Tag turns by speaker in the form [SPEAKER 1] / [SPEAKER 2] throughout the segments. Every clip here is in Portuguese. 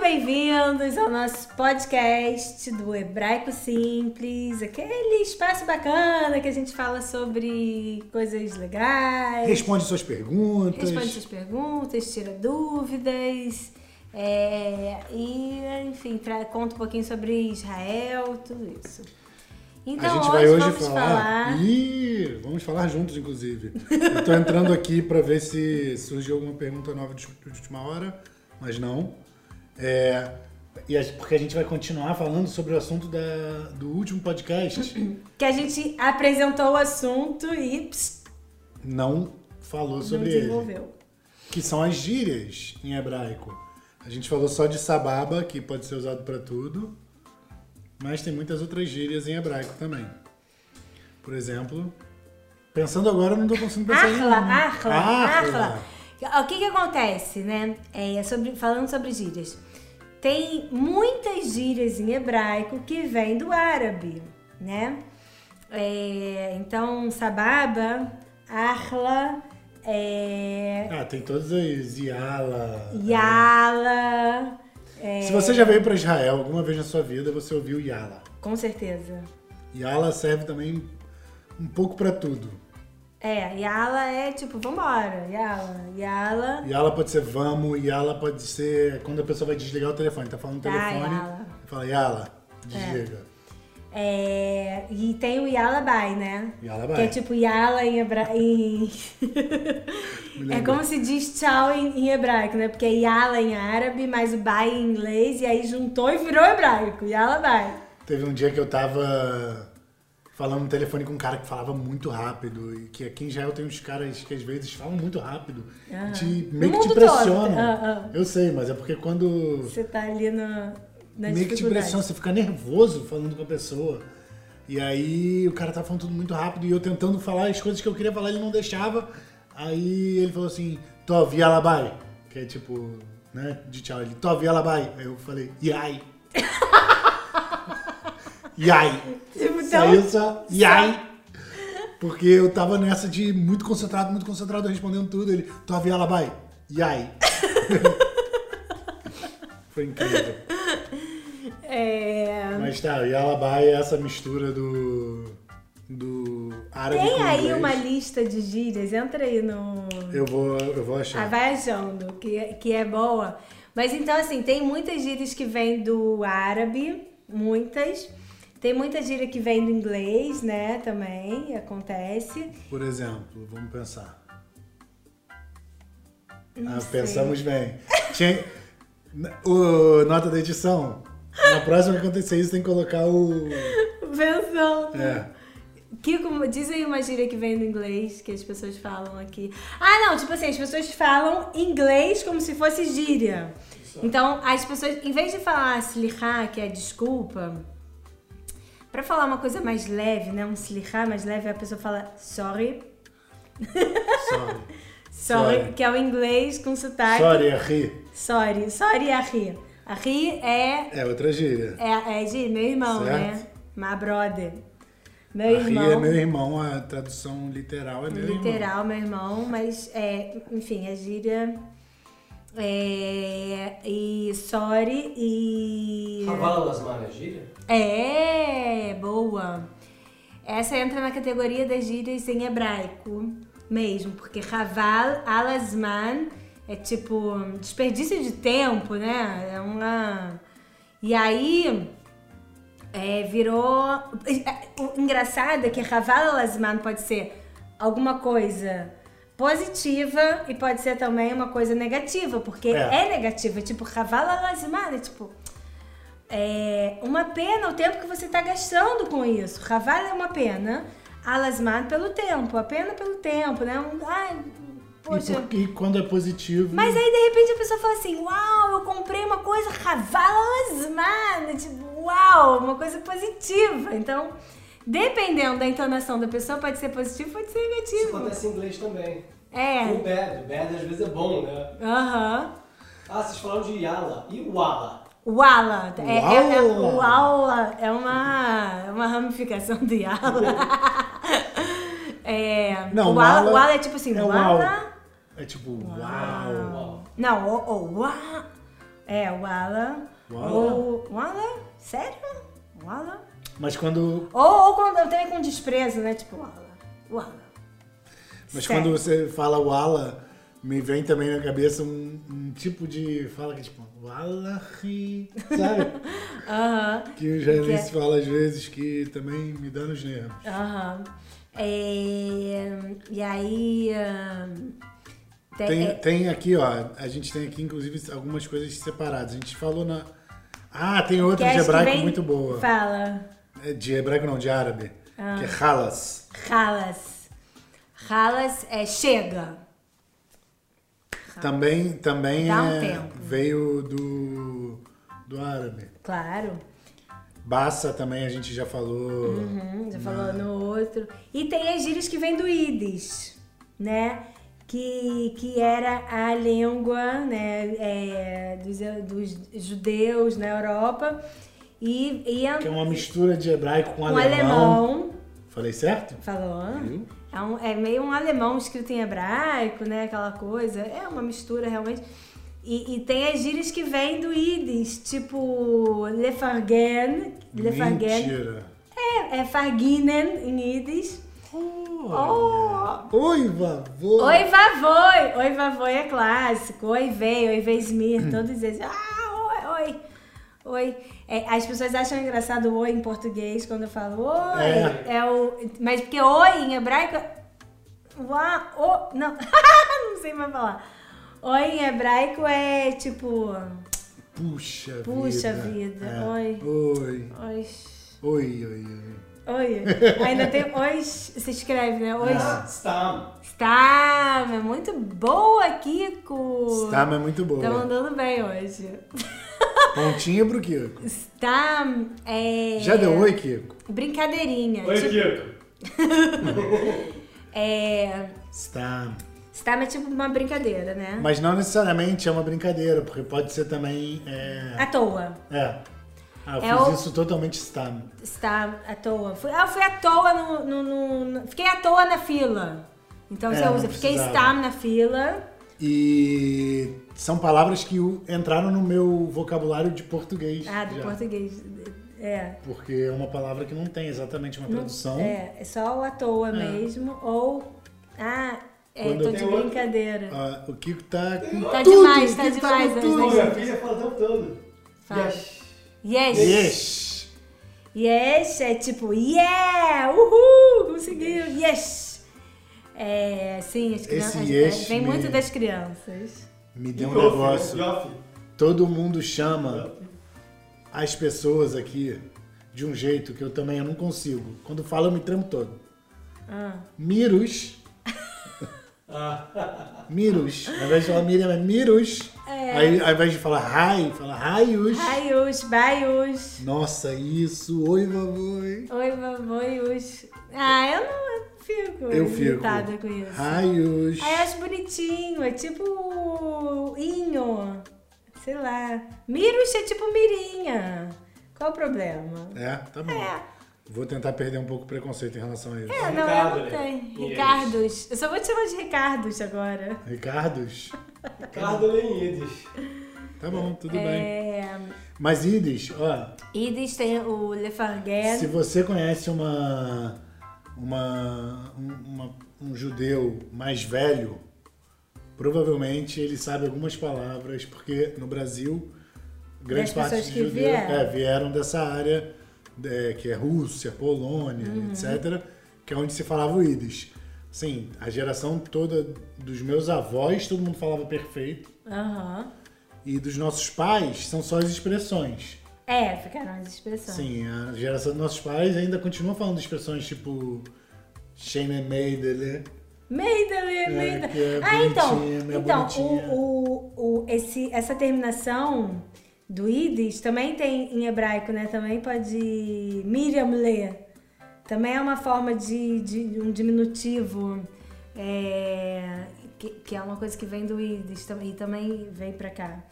[SPEAKER 1] bem-vindos ao nosso podcast do Hebraico Simples, aquele espaço bacana que a gente fala sobre coisas legais,
[SPEAKER 2] Responde suas perguntas.
[SPEAKER 1] É responde suas perguntas, tira dúvidas, é, e enfim, pra, conta um pouquinho sobre Israel, tudo isso. Então
[SPEAKER 2] a gente vai hoje
[SPEAKER 1] vamos
[SPEAKER 2] falar. Ih, vamos falar juntos, inclusive. Eu tô entrando aqui pra ver se surgiu alguma pergunta nova de de última hora, mas não. É, e a- porque a gente vai continuar falando sobre o assunto da- do último podcast.
[SPEAKER 1] que a gente apresentou o assunto e pss,
[SPEAKER 2] não falou
[SPEAKER 1] não
[SPEAKER 2] sobre ele.
[SPEAKER 1] desenvolveu.
[SPEAKER 2] Que são as gírias em hebraico. A gente falou só de sababa, que pode ser usado pra tudo. Mas tem muitas outras gírias em hebraico também. Por exemplo, pensando agora, eu não tô conseguindo pensar em
[SPEAKER 1] Arla,
[SPEAKER 2] nenhuma.
[SPEAKER 1] arla,
[SPEAKER 2] Arla.
[SPEAKER 1] arla. O que que acontece, né? É, sobre, falando sobre gírias. Tem muitas gírias em hebraico que vêm do árabe, né? É, então, sababa, arla, é,
[SPEAKER 2] Ah, tem todas as Yala.
[SPEAKER 1] yala, é,
[SPEAKER 2] Se você já veio pra Israel alguma vez na sua vida, você ouviu Yala.
[SPEAKER 1] com certeza.
[SPEAKER 2] Yala serve também um pouco pra tudo.
[SPEAKER 1] É, yala é tipo, vambora, yala, yala.
[SPEAKER 2] Yala pode ser vamos, Yala pode ser quando a pessoa vai desligar o telefone. Tá falando no
[SPEAKER 1] Ah,
[SPEAKER 2] telefone,
[SPEAKER 1] Yala.
[SPEAKER 2] fala Yala, desliga.
[SPEAKER 1] É, e tem o Yalabai, né?
[SPEAKER 2] Yalabai.
[SPEAKER 1] Que é tipo Yala em hebraico. Em...
[SPEAKER 2] Me
[SPEAKER 1] é
[SPEAKER 2] lembrei.
[SPEAKER 1] como se diz tchau em, em hebraico, né? Porque é Yala em árabe, mais o bai em inglês, e aí juntou e virou hebraico. Yalabai.
[SPEAKER 2] Teve um dia que eu tava falando no telefone com um cara que falava muito rápido. E que aqui em Israel tem uns caras que às vezes falam muito rápido.
[SPEAKER 1] Ah.
[SPEAKER 2] e te,
[SPEAKER 1] No
[SPEAKER 2] meio que te
[SPEAKER 1] mundo todo.
[SPEAKER 2] pressionam.
[SPEAKER 1] Ah, ah.
[SPEAKER 2] Eu sei, mas é porque quando.
[SPEAKER 1] Você tá ali na na
[SPEAKER 2] meio que te
[SPEAKER 1] dificuldade.
[SPEAKER 2] pressiona, você fica nervoso falando com a pessoa. E aí o cara tava falando tudo muito rápido e eu tentando falar as coisas que eu queria falar, ele não deixava. Aí ele falou assim, Tov Yalabai, que é tipo, né, de tchau. Ele, Tov Yalabai. Aí eu falei, Yai. Yai.
[SPEAKER 1] Tipo,
[SPEAKER 2] Saiu
[SPEAKER 1] então,
[SPEAKER 2] só, Yai. Porque eu tava nessa de muito concentrado, muito concentrado, respondendo tudo. Ele, Tov Yalabai, Yai. Foi incrível.
[SPEAKER 1] é...
[SPEAKER 2] Mas tá, o Yalabai é essa mistura do. do árabe
[SPEAKER 1] tem
[SPEAKER 2] com
[SPEAKER 1] aí
[SPEAKER 2] inglês.
[SPEAKER 1] uma lista de gírias, entra aí no.
[SPEAKER 2] Eu vou, eu vou
[SPEAKER 1] Ah,
[SPEAKER 2] achar.
[SPEAKER 1] vai achando, que, é- que é boa. Mas então, assim, tem muitas gírias que vêm do árabe, muitas. Tem muita gíria que vem do inglês, né? Também acontece.
[SPEAKER 2] Por exemplo, vamos pensar.
[SPEAKER 1] Não
[SPEAKER 2] ah,
[SPEAKER 1] sei.
[SPEAKER 2] pensamos bem. Tinha- o nota da edição. Na próxima que acontecer isso, tem que colocar o.
[SPEAKER 1] Pensando.
[SPEAKER 2] É.
[SPEAKER 1] Kiko, diz aí uma gíria que vem do inglês que as pessoas falam aqui. Ah, não, tipo assim, as pessoas falam inglês como se fosse gíria. Então, as pessoas, em vez de falar slihá, que é desculpa, pra falar uma coisa mais leve, né? Um slihá mais leve, a pessoa fala sorry,
[SPEAKER 2] Sorry.
[SPEAKER 1] sorry,
[SPEAKER 2] Sorry.
[SPEAKER 1] que é o inglês com sotaque.
[SPEAKER 2] Sorry, é Ri.
[SPEAKER 1] Sorry, sorry, ahi. Ahi é,
[SPEAKER 2] É outra gíria.
[SPEAKER 1] é, é de meu irmão, né?
[SPEAKER 2] Certo.
[SPEAKER 1] My brother. Meu
[SPEAKER 2] Ri
[SPEAKER 1] irmão.
[SPEAKER 2] é meu irmão, a tradução literal é meu irmão.
[SPEAKER 1] literal, meu irmão, mas é, enfim, a gíria é, e sorry e
[SPEAKER 3] Ravala das Maras gíria?
[SPEAKER 1] é boa. Essa entra na categoria das gírias em hebraico mesmo, porque Haval Alasman é tipo desperdício de tempo, né? É uma e aí é, virou. O engraçado é que Havala Lasman pode ser alguma coisa positiva e pode ser também uma coisa negativa, porque é,
[SPEAKER 2] É.
[SPEAKER 1] negativa. Tipo, Havala Lasman é tipo. É uma pena o tempo que você está gastando com isso. Havala é uma pena. Alasman pelo tempo, a pena pelo tempo, né? Um, ai,
[SPEAKER 2] E,
[SPEAKER 1] poxa.
[SPEAKER 2] por- e quando é positivo.
[SPEAKER 1] Mas aí de repente a pessoa fala assim: Uau, eu comprei uma coisa Havalasman! Tipo, uau, uma coisa positiva. Então, dependendo da entonação da pessoa, pode ser positivo, pode ser
[SPEAKER 3] Isso
[SPEAKER 1] negativo.
[SPEAKER 3] acontece em inglês também. O
[SPEAKER 1] É.
[SPEAKER 3] bad, o bad às vezes é bom, né?
[SPEAKER 1] Aham.
[SPEAKER 3] Ah, vocês falaram de Yala e Wala.
[SPEAKER 1] Wala. É, é, é,
[SPEAKER 2] Uala.
[SPEAKER 1] uala é uma, é uma ramificação do Yala. é,
[SPEAKER 2] Não,
[SPEAKER 1] uala,
[SPEAKER 2] uala
[SPEAKER 1] uala é tipo assim,
[SPEAKER 2] é
[SPEAKER 1] uala.
[SPEAKER 2] uau. É tipo, uau.
[SPEAKER 3] Uau.
[SPEAKER 1] Não, o, o, uau. É, Wala.
[SPEAKER 2] Wala?
[SPEAKER 1] Ou. Wala? Sério? Wala?
[SPEAKER 2] Mas quando,
[SPEAKER 1] Ou, ou quando eu também com desprezo, né? Tipo, Wala. Wala.
[SPEAKER 2] mas
[SPEAKER 1] Sério.
[SPEAKER 2] quando você fala Wala, me vem também na cabeça um, um tipo de fala que é tipo Wallahi, sabe?
[SPEAKER 1] Aham.
[SPEAKER 2] que o
[SPEAKER 1] Que é-
[SPEAKER 2] israelense fala às vezes que também me dá nos nervos.
[SPEAKER 1] Aham. É, e aí. ahn, tem-
[SPEAKER 2] Tem,
[SPEAKER 1] é,
[SPEAKER 2] tem aqui, ó. A gente tem aqui, inclusive, algumas coisas separadas. A gente falou na. Ah, tem outra de
[SPEAKER 1] quer
[SPEAKER 2] hebraico
[SPEAKER 1] que vem-
[SPEAKER 2] muito boa.
[SPEAKER 1] Fala.
[SPEAKER 2] É, De hebraico não, de árabe.
[SPEAKER 1] Ah.
[SPEAKER 2] Que é halas.
[SPEAKER 1] Halas. Halas é chega.
[SPEAKER 2] Também, também
[SPEAKER 1] Dá um
[SPEAKER 2] é-
[SPEAKER 1] tempo.
[SPEAKER 2] veio do, do árabe.
[SPEAKER 1] Claro.
[SPEAKER 2] Bassa também a gente já falou.
[SPEAKER 1] Uhum, já falou no outro. E tem as gírias que vêm do Ídis, né? Que, que era a língua né? é, dos, dos judeus na Europa. E, e a-
[SPEAKER 2] Que é uma mistura de hebraico com,
[SPEAKER 1] um
[SPEAKER 2] alemão.
[SPEAKER 1] alemão.
[SPEAKER 2] Falei certo?
[SPEAKER 1] Falou?
[SPEAKER 2] Viu?
[SPEAKER 1] É, um- é meio um alemão escrito em hebraico, né? Aquela coisa. É uma mistura realmente. E, e tem as gírias que vêm do Yiddish, tipo Lefargen. Lefargen.
[SPEAKER 2] Mentira.
[SPEAKER 1] É, é Farginen em Yiddish. Oh.
[SPEAKER 2] Oi, vavô.
[SPEAKER 1] Oi, vavoi! Oi, vavoi é clássico. Oi, vem, oi, vem, Smir. Todos eles. Ah, oi, oi. Oi. É, as pessoas acham engraçado o oi em português quando eu falo oi. É. o, mas porque oi em hebraico. Uá, o, não. não sei mais falar. Oi em hebraico é tipo.
[SPEAKER 2] Puxa,
[SPEAKER 1] Puxa
[SPEAKER 2] vida.
[SPEAKER 1] vida,
[SPEAKER 2] É.
[SPEAKER 1] oi.
[SPEAKER 2] Oi.
[SPEAKER 1] Oi.
[SPEAKER 2] Oi, oi, oi.
[SPEAKER 1] Oi. Ainda tem. Oi. Se escreve, né? Oi.
[SPEAKER 3] Ah, Stam.
[SPEAKER 1] Está, é muito boa, Kiko.
[SPEAKER 2] Stam é muito boa.
[SPEAKER 1] Tá mandando bem hoje.
[SPEAKER 2] Pontinha pro Kiko.
[SPEAKER 1] Está. É,
[SPEAKER 2] Já deu oi, Kiko?
[SPEAKER 1] Brincadeirinha.
[SPEAKER 3] Oi,
[SPEAKER 1] tipo,
[SPEAKER 3] Kiko.
[SPEAKER 1] é,
[SPEAKER 2] Stam.
[SPEAKER 1] Stam é tipo uma brincadeira, né?
[SPEAKER 2] Mas não necessariamente é uma brincadeira, porque pode ser também. É.
[SPEAKER 1] À toa.
[SPEAKER 2] é. Ah, eu
[SPEAKER 1] É
[SPEAKER 2] fiz
[SPEAKER 1] o-
[SPEAKER 2] isso totalmente Stam.
[SPEAKER 1] Está à toa. Fui, ah, eu fui à toa no, no- no- no- Fiquei à toa na fila. Então
[SPEAKER 2] É,
[SPEAKER 1] você
[SPEAKER 2] não
[SPEAKER 1] usa. Fiquei
[SPEAKER 2] precisava.
[SPEAKER 1] Stam na fila.
[SPEAKER 2] E são palavras que o- entraram no meu vocabulário de português.
[SPEAKER 1] Ah, do
[SPEAKER 2] já.
[SPEAKER 1] português. É.
[SPEAKER 2] Porque é uma palavra que não tem exatamente uma tradução.
[SPEAKER 1] É, é só o à toa mesmo. Ou. Ah, é,
[SPEAKER 2] Quando
[SPEAKER 1] tô
[SPEAKER 2] eu
[SPEAKER 1] de
[SPEAKER 3] tenho outra-
[SPEAKER 1] brincadeira.
[SPEAKER 2] Ah, o Kiko tá com
[SPEAKER 1] Tá
[SPEAKER 2] tudo,
[SPEAKER 1] demais,
[SPEAKER 2] o
[SPEAKER 1] tá
[SPEAKER 2] Kiko
[SPEAKER 1] demais,
[SPEAKER 2] com
[SPEAKER 1] as
[SPEAKER 2] tudo.
[SPEAKER 1] Oi.
[SPEAKER 3] minha filha fala o tempo todo.
[SPEAKER 1] Fala.
[SPEAKER 3] Yes.
[SPEAKER 1] Yes.
[SPEAKER 2] Yes.
[SPEAKER 1] Yes é tipo, yeah! Uhul! Conseguiu! Yes! É, sim, as crianças.
[SPEAKER 2] yes
[SPEAKER 1] é, vem
[SPEAKER 2] me-
[SPEAKER 1] muito das crianças.
[SPEAKER 2] Me deu um
[SPEAKER 3] Yofi, né?
[SPEAKER 2] negócio.
[SPEAKER 3] Yofi.
[SPEAKER 2] Todo mundo chama as pessoas aqui de um jeito que eu também eu não consigo. Quando fala, eu me tremo todo.
[SPEAKER 1] Ah,
[SPEAKER 2] Mirus.
[SPEAKER 3] Ah,
[SPEAKER 2] Mirus. Ao invés de falar Miriam, é Mirus.
[SPEAKER 1] É.
[SPEAKER 2] Aí, ao invés de falar Rai, fala Raius.
[SPEAKER 1] raios, baios.
[SPEAKER 2] Nossa, isso. Oi, vovô.
[SPEAKER 1] Oi, baboios. Ah, eu não eu não fico
[SPEAKER 2] Eu fico.
[SPEAKER 1] irritada com isso.
[SPEAKER 2] Raios.
[SPEAKER 1] Aí eu acho bonitinho, é tipo. Inho. Sei lá. Mirus é tipo mirinha. Qual o problema?
[SPEAKER 2] É, tá bom.
[SPEAKER 1] É.
[SPEAKER 2] Vou tentar perder um pouco o preconceito em relação a isso.
[SPEAKER 1] É, não, eu
[SPEAKER 3] Ricardo,
[SPEAKER 1] não
[SPEAKER 3] né?
[SPEAKER 1] tenho.
[SPEAKER 3] Yes.
[SPEAKER 1] Ricardos. Eu só vou te chamar de Ricardos agora.
[SPEAKER 2] Ricardos?
[SPEAKER 3] Ricardo Leonides.
[SPEAKER 2] Tá bom, tudo bem.
[SPEAKER 1] É,
[SPEAKER 2] Mas Ides, ó,
[SPEAKER 1] Idis tem o Lefarguer.
[SPEAKER 2] Se você conhece uma, uma, um, uma- um judeu mais velho, provavelmente ele sabe algumas palavras, porque no Brasil,
[SPEAKER 1] Das
[SPEAKER 2] grande parte dos
[SPEAKER 1] pessoas que
[SPEAKER 2] judeus
[SPEAKER 1] vieram.
[SPEAKER 2] é, vieram dessa área, é, que é Rússia, Polônia,
[SPEAKER 1] Uhum.
[SPEAKER 2] etc., que é onde se falava o ídis. Sim, a geração toda dos meus avós, todo mundo falava perfeito,
[SPEAKER 1] Aham.
[SPEAKER 2] e dos nossos pais, são só as expressões.
[SPEAKER 1] É, ficaram as expressões.
[SPEAKER 2] Sim, a geração dos nossos pais ainda continua falando expressões tipo Shane Meidele.
[SPEAKER 1] Meidale, Meidale.
[SPEAKER 2] que é
[SPEAKER 1] ah, então,
[SPEAKER 2] bonitinha, é
[SPEAKER 1] então
[SPEAKER 2] bonitinha.
[SPEAKER 1] o, o, o, esse, essa terminação do Idis também tem em hebraico, né? Também pode. Miriam lê. Também é uma forma de, de um diminutivo. é, que, que é uma coisa que vem do Idis tam- e também vem pra cá.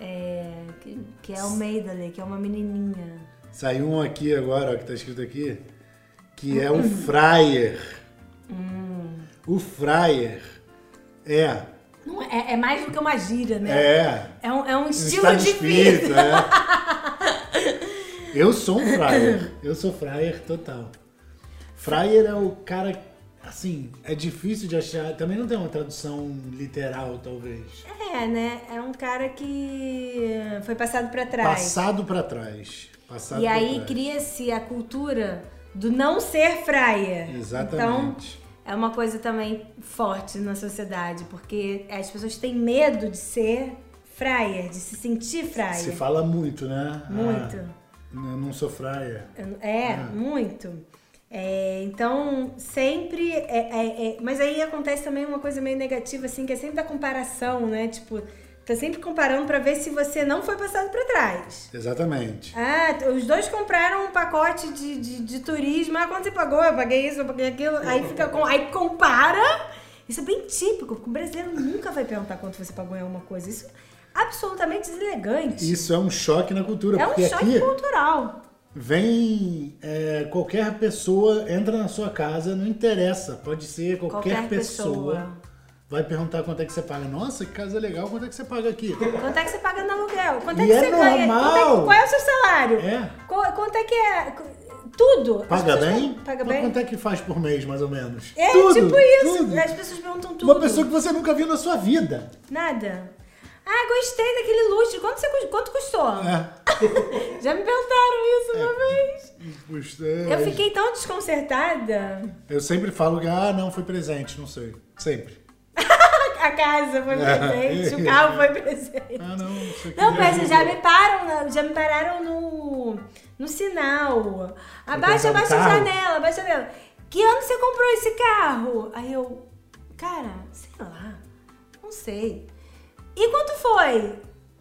[SPEAKER 1] É, que, que é o Meidale, que é uma menininha.
[SPEAKER 2] Saiu um aqui agora, ó, que tá escrito aqui, que é o Fryer. O Fryer é
[SPEAKER 1] Não, é, é mais do que uma gíria, né?
[SPEAKER 2] É.
[SPEAKER 1] É, um, é um
[SPEAKER 2] um
[SPEAKER 1] estilo
[SPEAKER 2] estado
[SPEAKER 1] de vida.
[SPEAKER 2] espírita, é. Eu sou um fryer. Eu sou fryer total. Fryer é o cara. Assim, é difícil de achar. Também não tem uma tradução literal, talvez.
[SPEAKER 1] É, né? É um cara que foi passado pra trás.
[SPEAKER 2] Passado pra trás. Passado
[SPEAKER 1] e
[SPEAKER 2] pra
[SPEAKER 1] aí
[SPEAKER 2] trás.
[SPEAKER 1] cria-se a cultura do não ser fraia. Então,
[SPEAKER 2] Exatamente.
[SPEAKER 1] é uma coisa também forte na sociedade, porque as pessoas têm medo de ser fraier, de se sentir fraier.
[SPEAKER 2] Se fala muito, né?
[SPEAKER 1] Muito.
[SPEAKER 2] Ah, eu não sou fryer.
[SPEAKER 1] Eu- É,
[SPEAKER 2] Ah.
[SPEAKER 1] muito. É, então, sempre. é- é- é- mas aí acontece também uma coisa meio negativa, assim, que é sempre da comparação, né? Tipo, tá sempre comparando pra ver se você não foi passado pra trás.
[SPEAKER 2] Exatamente.
[SPEAKER 1] Ah, t- os dois compraram um pacote de, de, de turismo. Ah, quanto você pagou? Eu paguei isso, eu paguei aquilo. Aí fica com. Aí compara. Isso é bem típico, porque o brasileiro nunca vai perguntar quanto você pagou em alguma coisa. Isso é absolutamente deselegante.
[SPEAKER 2] Isso é um choque na cultura,
[SPEAKER 1] é um
[SPEAKER 2] porque
[SPEAKER 1] choque
[SPEAKER 2] aqui
[SPEAKER 1] cultural.
[SPEAKER 2] vem é, qualquer pessoa, entra na sua casa, não interessa, pode ser qualquer,
[SPEAKER 1] Qualquer
[SPEAKER 2] pessoa.
[SPEAKER 1] pessoa.
[SPEAKER 2] Vai perguntar quanto é que você paga. Nossa, que casa legal, quanto é que você paga aqui?
[SPEAKER 1] Quanto é que você paga no aluguel? Quanto é
[SPEAKER 2] E
[SPEAKER 1] que
[SPEAKER 2] é
[SPEAKER 1] você ganha?
[SPEAKER 2] normal.
[SPEAKER 1] Quanto é que- qual é o seu salário?
[SPEAKER 2] É.
[SPEAKER 1] Qu- quanto é que é? Qu- Tudo. As
[SPEAKER 2] Paga
[SPEAKER 1] pessoas
[SPEAKER 2] bem?
[SPEAKER 1] falam, Paga
[SPEAKER 2] Mas
[SPEAKER 1] bem?
[SPEAKER 2] Quanto é que faz por mês, mais ou menos?
[SPEAKER 1] É,
[SPEAKER 2] tudo,
[SPEAKER 1] tipo isso.
[SPEAKER 2] tudo.
[SPEAKER 1] As pessoas perguntam tudo.
[SPEAKER 2] Uma pessoa que você nunca viu na sua vida.
[SPEAKER 1] Nada. Ah, gostei daquele luxo. Quanto, você, cus- quanto custou?
[SPEAKER 2] É.
[SPEAKER 1] Já me perguntaram isso uma vez.
[SPEAKER 2] Puxa,
[SPEAKER 1] Eu fiquei tão desconcertada.
[SPEAKER 2] é. Eu sempre falo que, ah, não, foi presente, não sei. Sempre.
[SPEAKER 1] A casa foi
[SPEAKER 2] É.
[SPEAKER 1] presente, o carro foi presente.
[SPEAKER 2] Ah, não, não sei o que.
[SPEAKER 1] Não, mas já me param, na- já me pararam no, no sinal. Abaixa,
[SPEAKER 2] comprar um
[SPEAKER 1] abaixa a
[SPEAKER 2] carro?
[SPEAKER 1] janela, abaixa a janela. Que ano você comprou esse carro? Aí eu, cara, sei lá, não sei. E quanto foi?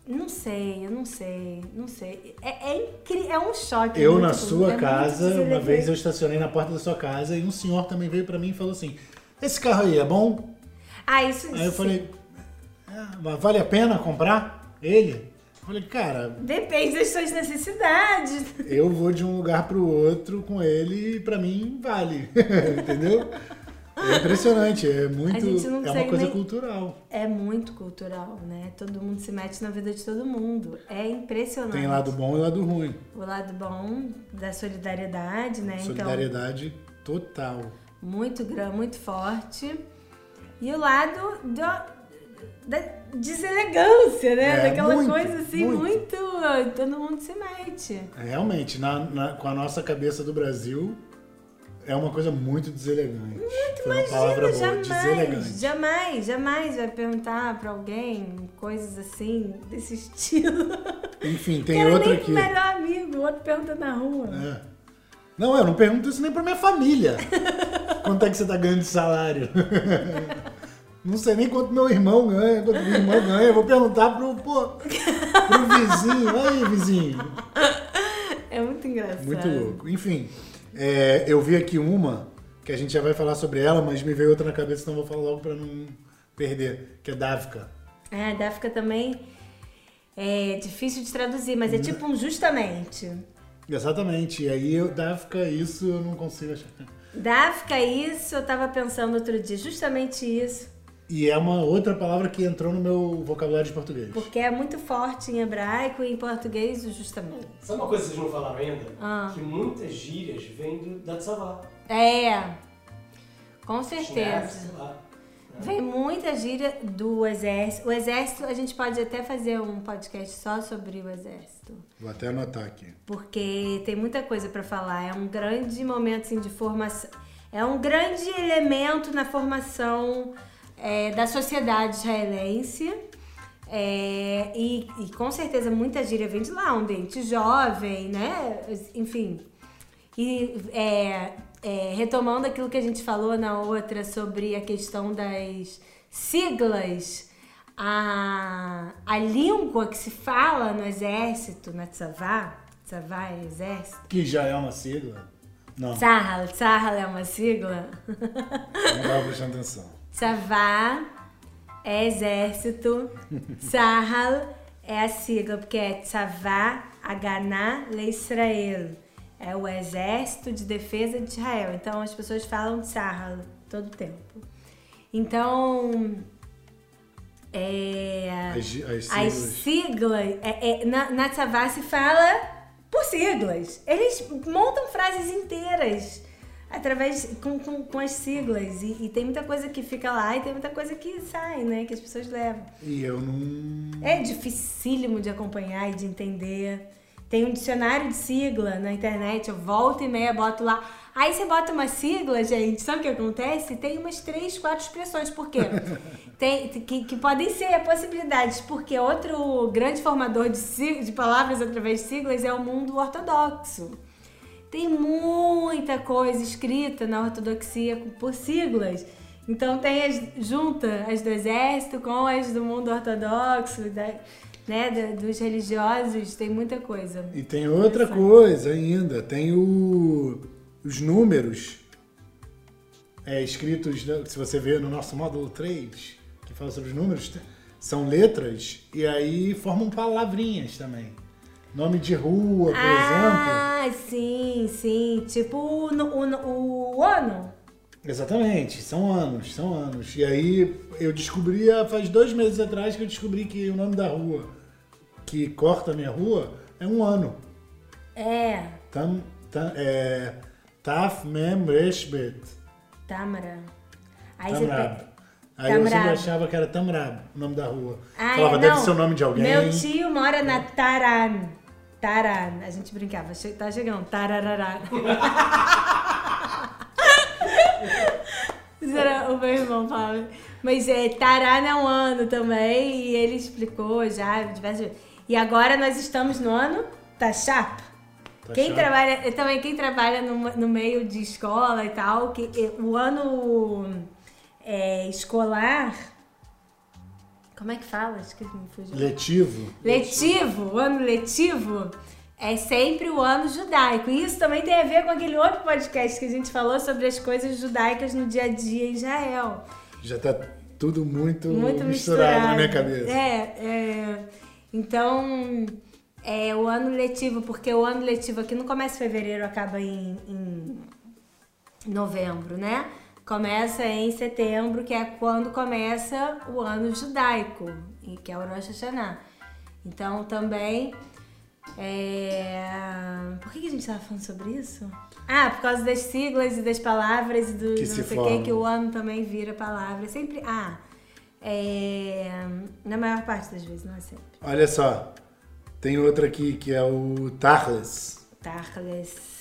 [SPEAKER 1] Não sei, eu não sei, não sei. É, é incrível, é um choque.
[SPEAKER 2] Eu
[SPEAKER 1] muito
[SPEAKER 2] na
[SPEAKER 1] bom, é
[SPEAKER 2] sua
[SPEAKER 1] muito
[SPEAKER 2] casa, uma
[SPEAKER 1] deselegante.
[SPEAKER 2] vez eu estacionei na porta da sua casa e um senhor também veio pra mim e falou assim: Esse carro aí é bom?
[SPEAKER 1] Ah, isso
[SPEAKER 2] Aí eu
[SPEAKER 1] sim.
[SPEAKER 2] falei: "Ah, mas vale a pena comprar ele? Eu falei: Cara,
[SPEAKER 1] Depende das suas necessidades.
[SPEAKER 2] eu vou de um lugar pro outro com ele e pra mim vale. Entendeu? É impressionante, é muito.
[SPEAKER 1] A gente não
[SPEAKER 2] é uma
[SPEAKER 1] consegue
[SPEAKER 2] coisa
[SPEAKER 1] nem-
[SPEAKER 2] cultural.
[SPEAKER 1] É muito cultural, né? Todo mundo se mete na vida de todo mundo. É impressionante.
[SPEAKER 2] Tem lado bom e lado ruim.
[SPEAKER 1] o lado bom da solidariedade, né?
[SPEAKER 2] Solidariedade total.
[SPEAKER 1] Então, muito grande, muito forte. E o lado do- da deselegância, né?
[SPEAKER 2] É,
[SPEAKER 1] Daquela
[SPEAKER 2] muito,
[SPEAKER 1] coisa assim,
[SPEAKER 2] muito.
[SPEAKER 1] muito. Todo mundo se mete.
[SPEAKER 2] Realmente, na- na- com a nossa cabeça do Brasil, é uma coisa muito deselegante. Muito, Foi uma palavra
[SPEAKER 1] Imagina,
[SPEAKER 2] boa,
[SPEAKER 1] jamais,
[SPEAKER 2] deselegante.
[SPEAKER 1] jamais, jamais vai perguntar pra alguém coisas assim, desse estilo.
[SPEAKER 2] Enfim, tem
[SPEAKER 1] Cara,
[SPEAKER 2] outra
[SPEAKER 1] nem pro
[SPEAKER 2] aqui.
[SPEAKER 1] melhor amigo, o outro pergunta na rua.
[SPEAKER 2] É. Não, eu não pergunto isso nem pra minha família. quanto é que você tá ganhando de salário? não sei nem quanto meu irmão ganha, quanto minha irmã ganha. Eu vou perguntar pro, pô, pro vizinho. Aí, vizinho.
[SPEAKER 1] É, muito engraçado.
[SPEAKER 2] Muito louco. Enfim, é, eu vi aqui uma que a gente já vai falar sobre ela, mas me veio outra na cabeça, então vou falar logo pra não perder, que é Dávica.
[SPEAKER 1] É, a Dáfrica também é difícil de traduzir, mas é tipo um justamente.
[SPEAKER 2] Exatamente. E aí, eu, Dávica, isso eu não consigo achar.
[SPEAKER 1] Dáfrica, isso, eu tava pensando outro dia, justamente isso,
[SPEAKER 2] E é uma outra palavra que entrou no meu vocabulário de português.
[SPEAKER 1] porque é muito forte em hebraico e em português o justamente.
[SPEAKER 3] Sabe uma coisa que vocês não falaram ainda?
[SPEAKER 1] Ah.
[SPEAKER 3] Que muitas gírias vêm do, da Tsavá.
[SPEAKER 1] É, com
[SPEAKER 3] Chinesa,
[SPEAKER 1] certeza.
[SPEAKER 3] sei lá.
[SPEAKER 1] Vem muita gíria do exército. O exército, a gente pode até fazer um podcast só sobre o exército.
[SPEAKER 2] Vou até anotar aqui.
[SPEAKER 1] porque tem muita coisa pra falar. É um grande momento assim, de formação, é um grande elemento na formação é, da sociedade israelense. É, e, e com certeza muita gíria vem de lá, um dente jovem, né? Enfim. E é, é, retomando aquilo que a gente falou na outra sobre a questão das siglas, a, a língua que se fala no exército, na tzavá, tzavá é exército.
[SPEAKER 2] Que já é uma sigla? Não,
[SPEAKER 1] Tzahal, tzahal é uma sigla.
[SPEAKER 2] não tava prestando atenção.
[SPEAKER 1] Tzavá é exército, tzahal é a sigla, porque é tzavá Haganá Leisrael. É o exército de defesa de Israel. Então as pessoas falam tzahal todo tempo. Então, É,
[SPEAKER 2] As, gi- as
[SPEAKER 1] as
[SPEAKER 2] siglas.
[SPEAKER 1] siglas. É, é, na, na Tsavá se fala por siglas. Eles montam frases inteiras através com, com, com as siglas. E, e tem muita coisa que fica lá e tem muita coisa que sai, né? Que as pessoas levam.
[SPEAKER 2] E eu não.
[SPEAKER 1] É dificílimo de acompanhar e de entender. Tem um dicionário de sigla na internet, eu volto e meia, boto lá. Aí você bota uma sigla, gente, sabe o que acontece? Tem umas três, quatro expressões. Por quê? Tem, que, que podem ser possibilidades, porque outro grande formador de, sig- de palavras através de siglas é o mundo ortodoxo. Tem muita coisa escrita na ortodoxia por siglas. Então tem as, junta as do exército com as do mundo ortodoxo, da- né, da- dos religiosos, tem muita coisa.
[SPEAKER 2] E tem outra coisa ainda, tem o, os números é, escritos, né, se você vê no nosso módulo 3, que fala sobre os números, te- são letras e aí formam palavrinhas também. Nome de rua, por
[SPEAKER 1] ah, sim, sim. Tipo o, no- o, no- o ano.
[SPEAKER 2] exemplo. Exatamente, são anos, são anos. E aí eu descobri, há- faz dois meses atrás, que eu descobri que o nome da rua que corta a minha rua é um ano.
[SPEAKER 1] É,
[SPEAKER 2] Tam, tam, é, Taf Mem Resh Bet.
[SPEAKER 1] Tâmara. Aí você
[SPEAKER 2] Tamrab.
[SPEAKER 1] pega.
[SPEAKER 2] Aí eu sempre
[SPEAKER 1] Tamrab.
[SPEAKER 2] achava que era Tamrab, o nome da rua.
[SPEAKER 1] Ah,
[SPEAKER 2] Falava,
[SPEAKER 1] é,
[SPEAKER 2] deve
[SPEAKER 1] não.
[SPEAKER 2] ser o nome de alguém. É.
[SPEAKER 1] Meu tio mora na Taran. Taran. A gente brincava, "Che- tá chegando, tararará. Isso era o meu irmão falava. Mas é, Taran é um ano também, e ele explicou já diversas vezes. E agora nós estamos no ano Tachap.
[SPEAKER 2] Tá
[SPEAKER 1] Quem
[SPEAKER 2] chato.
[SPEAKER 1] trabalha, eu também quem trabalha no, no meio de escola e tal, que eh, o ano eh, escolar. Como é que fala? Esqueci, me fugiu.
[SPEAKER 2] Letivo.
[SPEAKER 1] Letivo, o ano letivo é sempre o ano judaico. E isso também tem a ver com aquele outro podcast que a gente falou sobre as coisas judaicas no dia a dia em Israel.
[SPEAKER 2] Já tá tudo muito,
[SPEAKER 1] Muito misturado,
[SPEAKER 2] Hum, na minha cabeça.
[SPEAKER 1] É, é. Então, é o ano letivo, porque o ano letivo aqui não começa em fevereiro, acaba em, em novembro, né? Começa em setembro, que é quando começa o ano judaico, e que é o Rosh Hashanah. Então, também. é, Por que que a gente estava falando sobre isso? Ah, por causa das siglas e das palavras e do
[SPEAKER 2] Que
[SPEAKER 1] não sei o
[SPEAKER 2] se
[SPEAKER 1] que, que
[SPEAKER 2] formam.
[SPEAKER 1] o ano também vira palavra. Sempre. Ah, é, na maior parte das vezes, não é sempre.
[SPEAKER 2] Olha só, tem outra aqui que é o Tarles.
[SPEAKER 1] Tarles.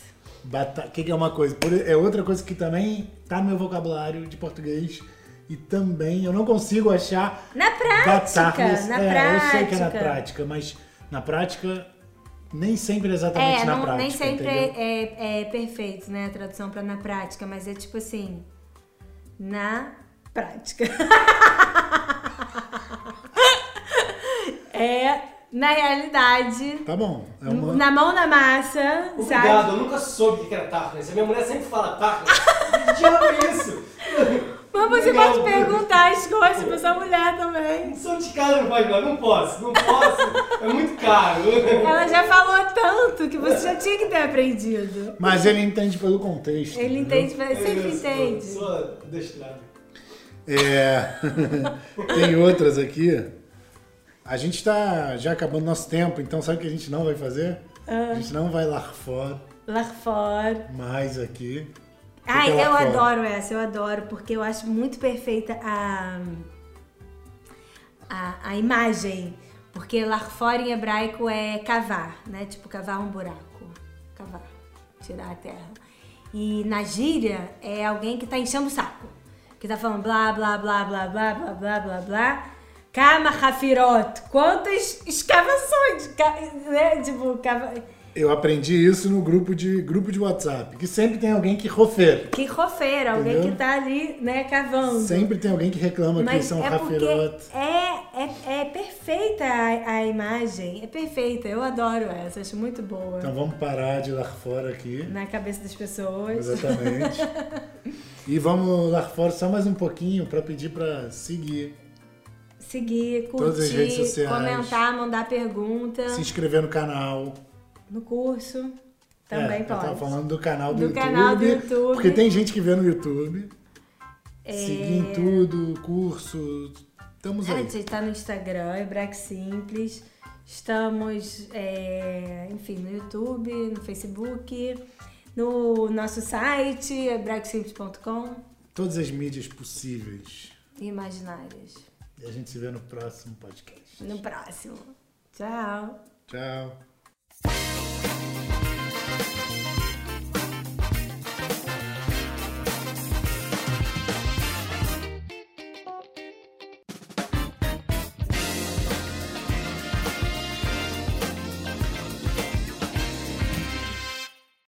[SPEAKER 2] Bata... O que, que é uma coisa? Por- É outra coisa que também tá no meu vocabulário de português. E também eu não consigo achar
[SPEAKER 1] Na prática!
[SPEAKER 2] Batardas-
[SPEAKER 1] na
[SPEAKER 2] é,
[SPEAKER 1] prática.
[SPEAKER 2] Eu sei que é na prática, mas na prática nem sempre é exatamente
[SPEAKER 1] É,
[SPEAKER 2] na
[SPEAKER 1] não-
[SPEAKER 2] prática.
[SPEAKER 1] nem sempre
[SPEAKER 2] entendeu?
[SPEAKER 1] é, é perfeito, né? A tradução pra na prática, mas é tipo assim. Na prática. é na realidade.
[SPEAKER 2] Tá bom. É uma...
[SPEAKER 1] Na mão na massa, sabe?
[SPEAKER 3] Obrigado, eu nunca soube o que era Tarnas. A minha mulher sempre fala Tarnas. Que diabo é isso?
[SPEAKER 1] Mas você
[SPEAKER 3] Obrigado.
[SPEAKER 1] pode perguntar as coisas pra sua mulher também.
[SPEAKER 3] Não sou de casa, não pode falar. Não posso, não posso. É muito caro.
[SPEAKER 1] Ela já falou tanto que você já tinha que ter aprendido.
[SPEAKER 2] Mas ele entende pelo contexto.
[SPEAKER 1] Ele
[SPEAKER 2] entendeu?
[SPEAKER 1] entende, sempre
[SPEAKER 3] Eu sou-
[SPEAKER 1] entende.
[SPEAKER 3] Sou adestrado.
[SPEAKER 2] É... Tem outras aqui. A gente tá já acabando nosso tempo, então sabe o que a gente não vai fazer?
[SPEAKER 1] Ah.
[SPEAKER 2] A gente não vai lá fora
[SPEAKER 1] Lá fora.
[SPEAKER 2] mais aqui.
[SPEAKER 1] Ai,
[SPEAKER 2] Fica lá
[SPEAKER 1] eu
[SPEAKER 2] fora.
[SPEAKER 1] adoro essa, eu adoro, porque eu acho muito perfeita a, a, a imagem. Porque lá fora em hebraico é cavar, né? Tipo, cavar um buraco. Cavar, tirar a terra. E na gíria é alguém que tá enchendo o saco. Que tá falando blá, blá, blá, blá, blá, blá, blá, blá, blá. Kama Hafirot. Quantas escavações, ca- né? Tipo, cava...
[SPEAKER 2] Eu aprendi isso no grupo de, grupo de WhatsApp, que sempre tem alguém que rofeira.
[SPEAKER 1] Que rofeira, alguém
[SPEAKER 2] Entendeu?
[SPEAKER 1] que tá ali, né, cavando.
[SPEAKER 2] Sempre tem alguém que reclama que são
[SPEAKER 1] é
[SPEAKER 2] rafirote.
[SPEAKER 1] porque é, é, é perfeita a, a imagem, é perfeita. Eu adoro essa, acho muito boa.
[SPEAKER 2] Então vamos parar de lá fora aqui.
[SPEAKER 1] Na cabeça das pessoas.
[SPEAKER 2] Exatamente. e vamos lá fora só mais um pouquinho para pedir para seguir,
[SPEAKER 1] Seguir,
[SPEAKER 2] Todas as redes
[SPEAKER 1] curtir,
[SPEAKER 2] sociais.
[SPEAKER 1] comentar, mandar pergunta
[SPEAKER 2] se inscrever no canal.
[SPEAKER 1] no curso. Também
[SPEAKER 2] É, Eu tava
[SPEAKER 1] pode.
[SPEAKER 2] falando do canal do,
[SPEAKER 1] Do
[SPEAKER 2] YouTube.
[SPEAKER 1] canal do YouTube.
[SPEAKER 2] Porque tem gente que vê no YouTube.
[SPEAKER 1] É.
[SPEAKER 2] Seguir em tudo, curso, Estamos
[SPEAKER 1] A
[SPEAKER 2] aí.
[SPEAKER 1] gente está no Instagram, Hebraico Simples. Estamos, é, enfim, no YouTube, no Facebook, no nosso site, é hebraicosimples.com
[SPEAKER 2] Todas as mídias possíveis.
[SPEAKER 1] e imaginárias.
[SPEAKER 2] E a gente se vê no próximo podcast.
[SPEAKER 1] No próximo. Tchau!
[SPEAKER 2] Tchau.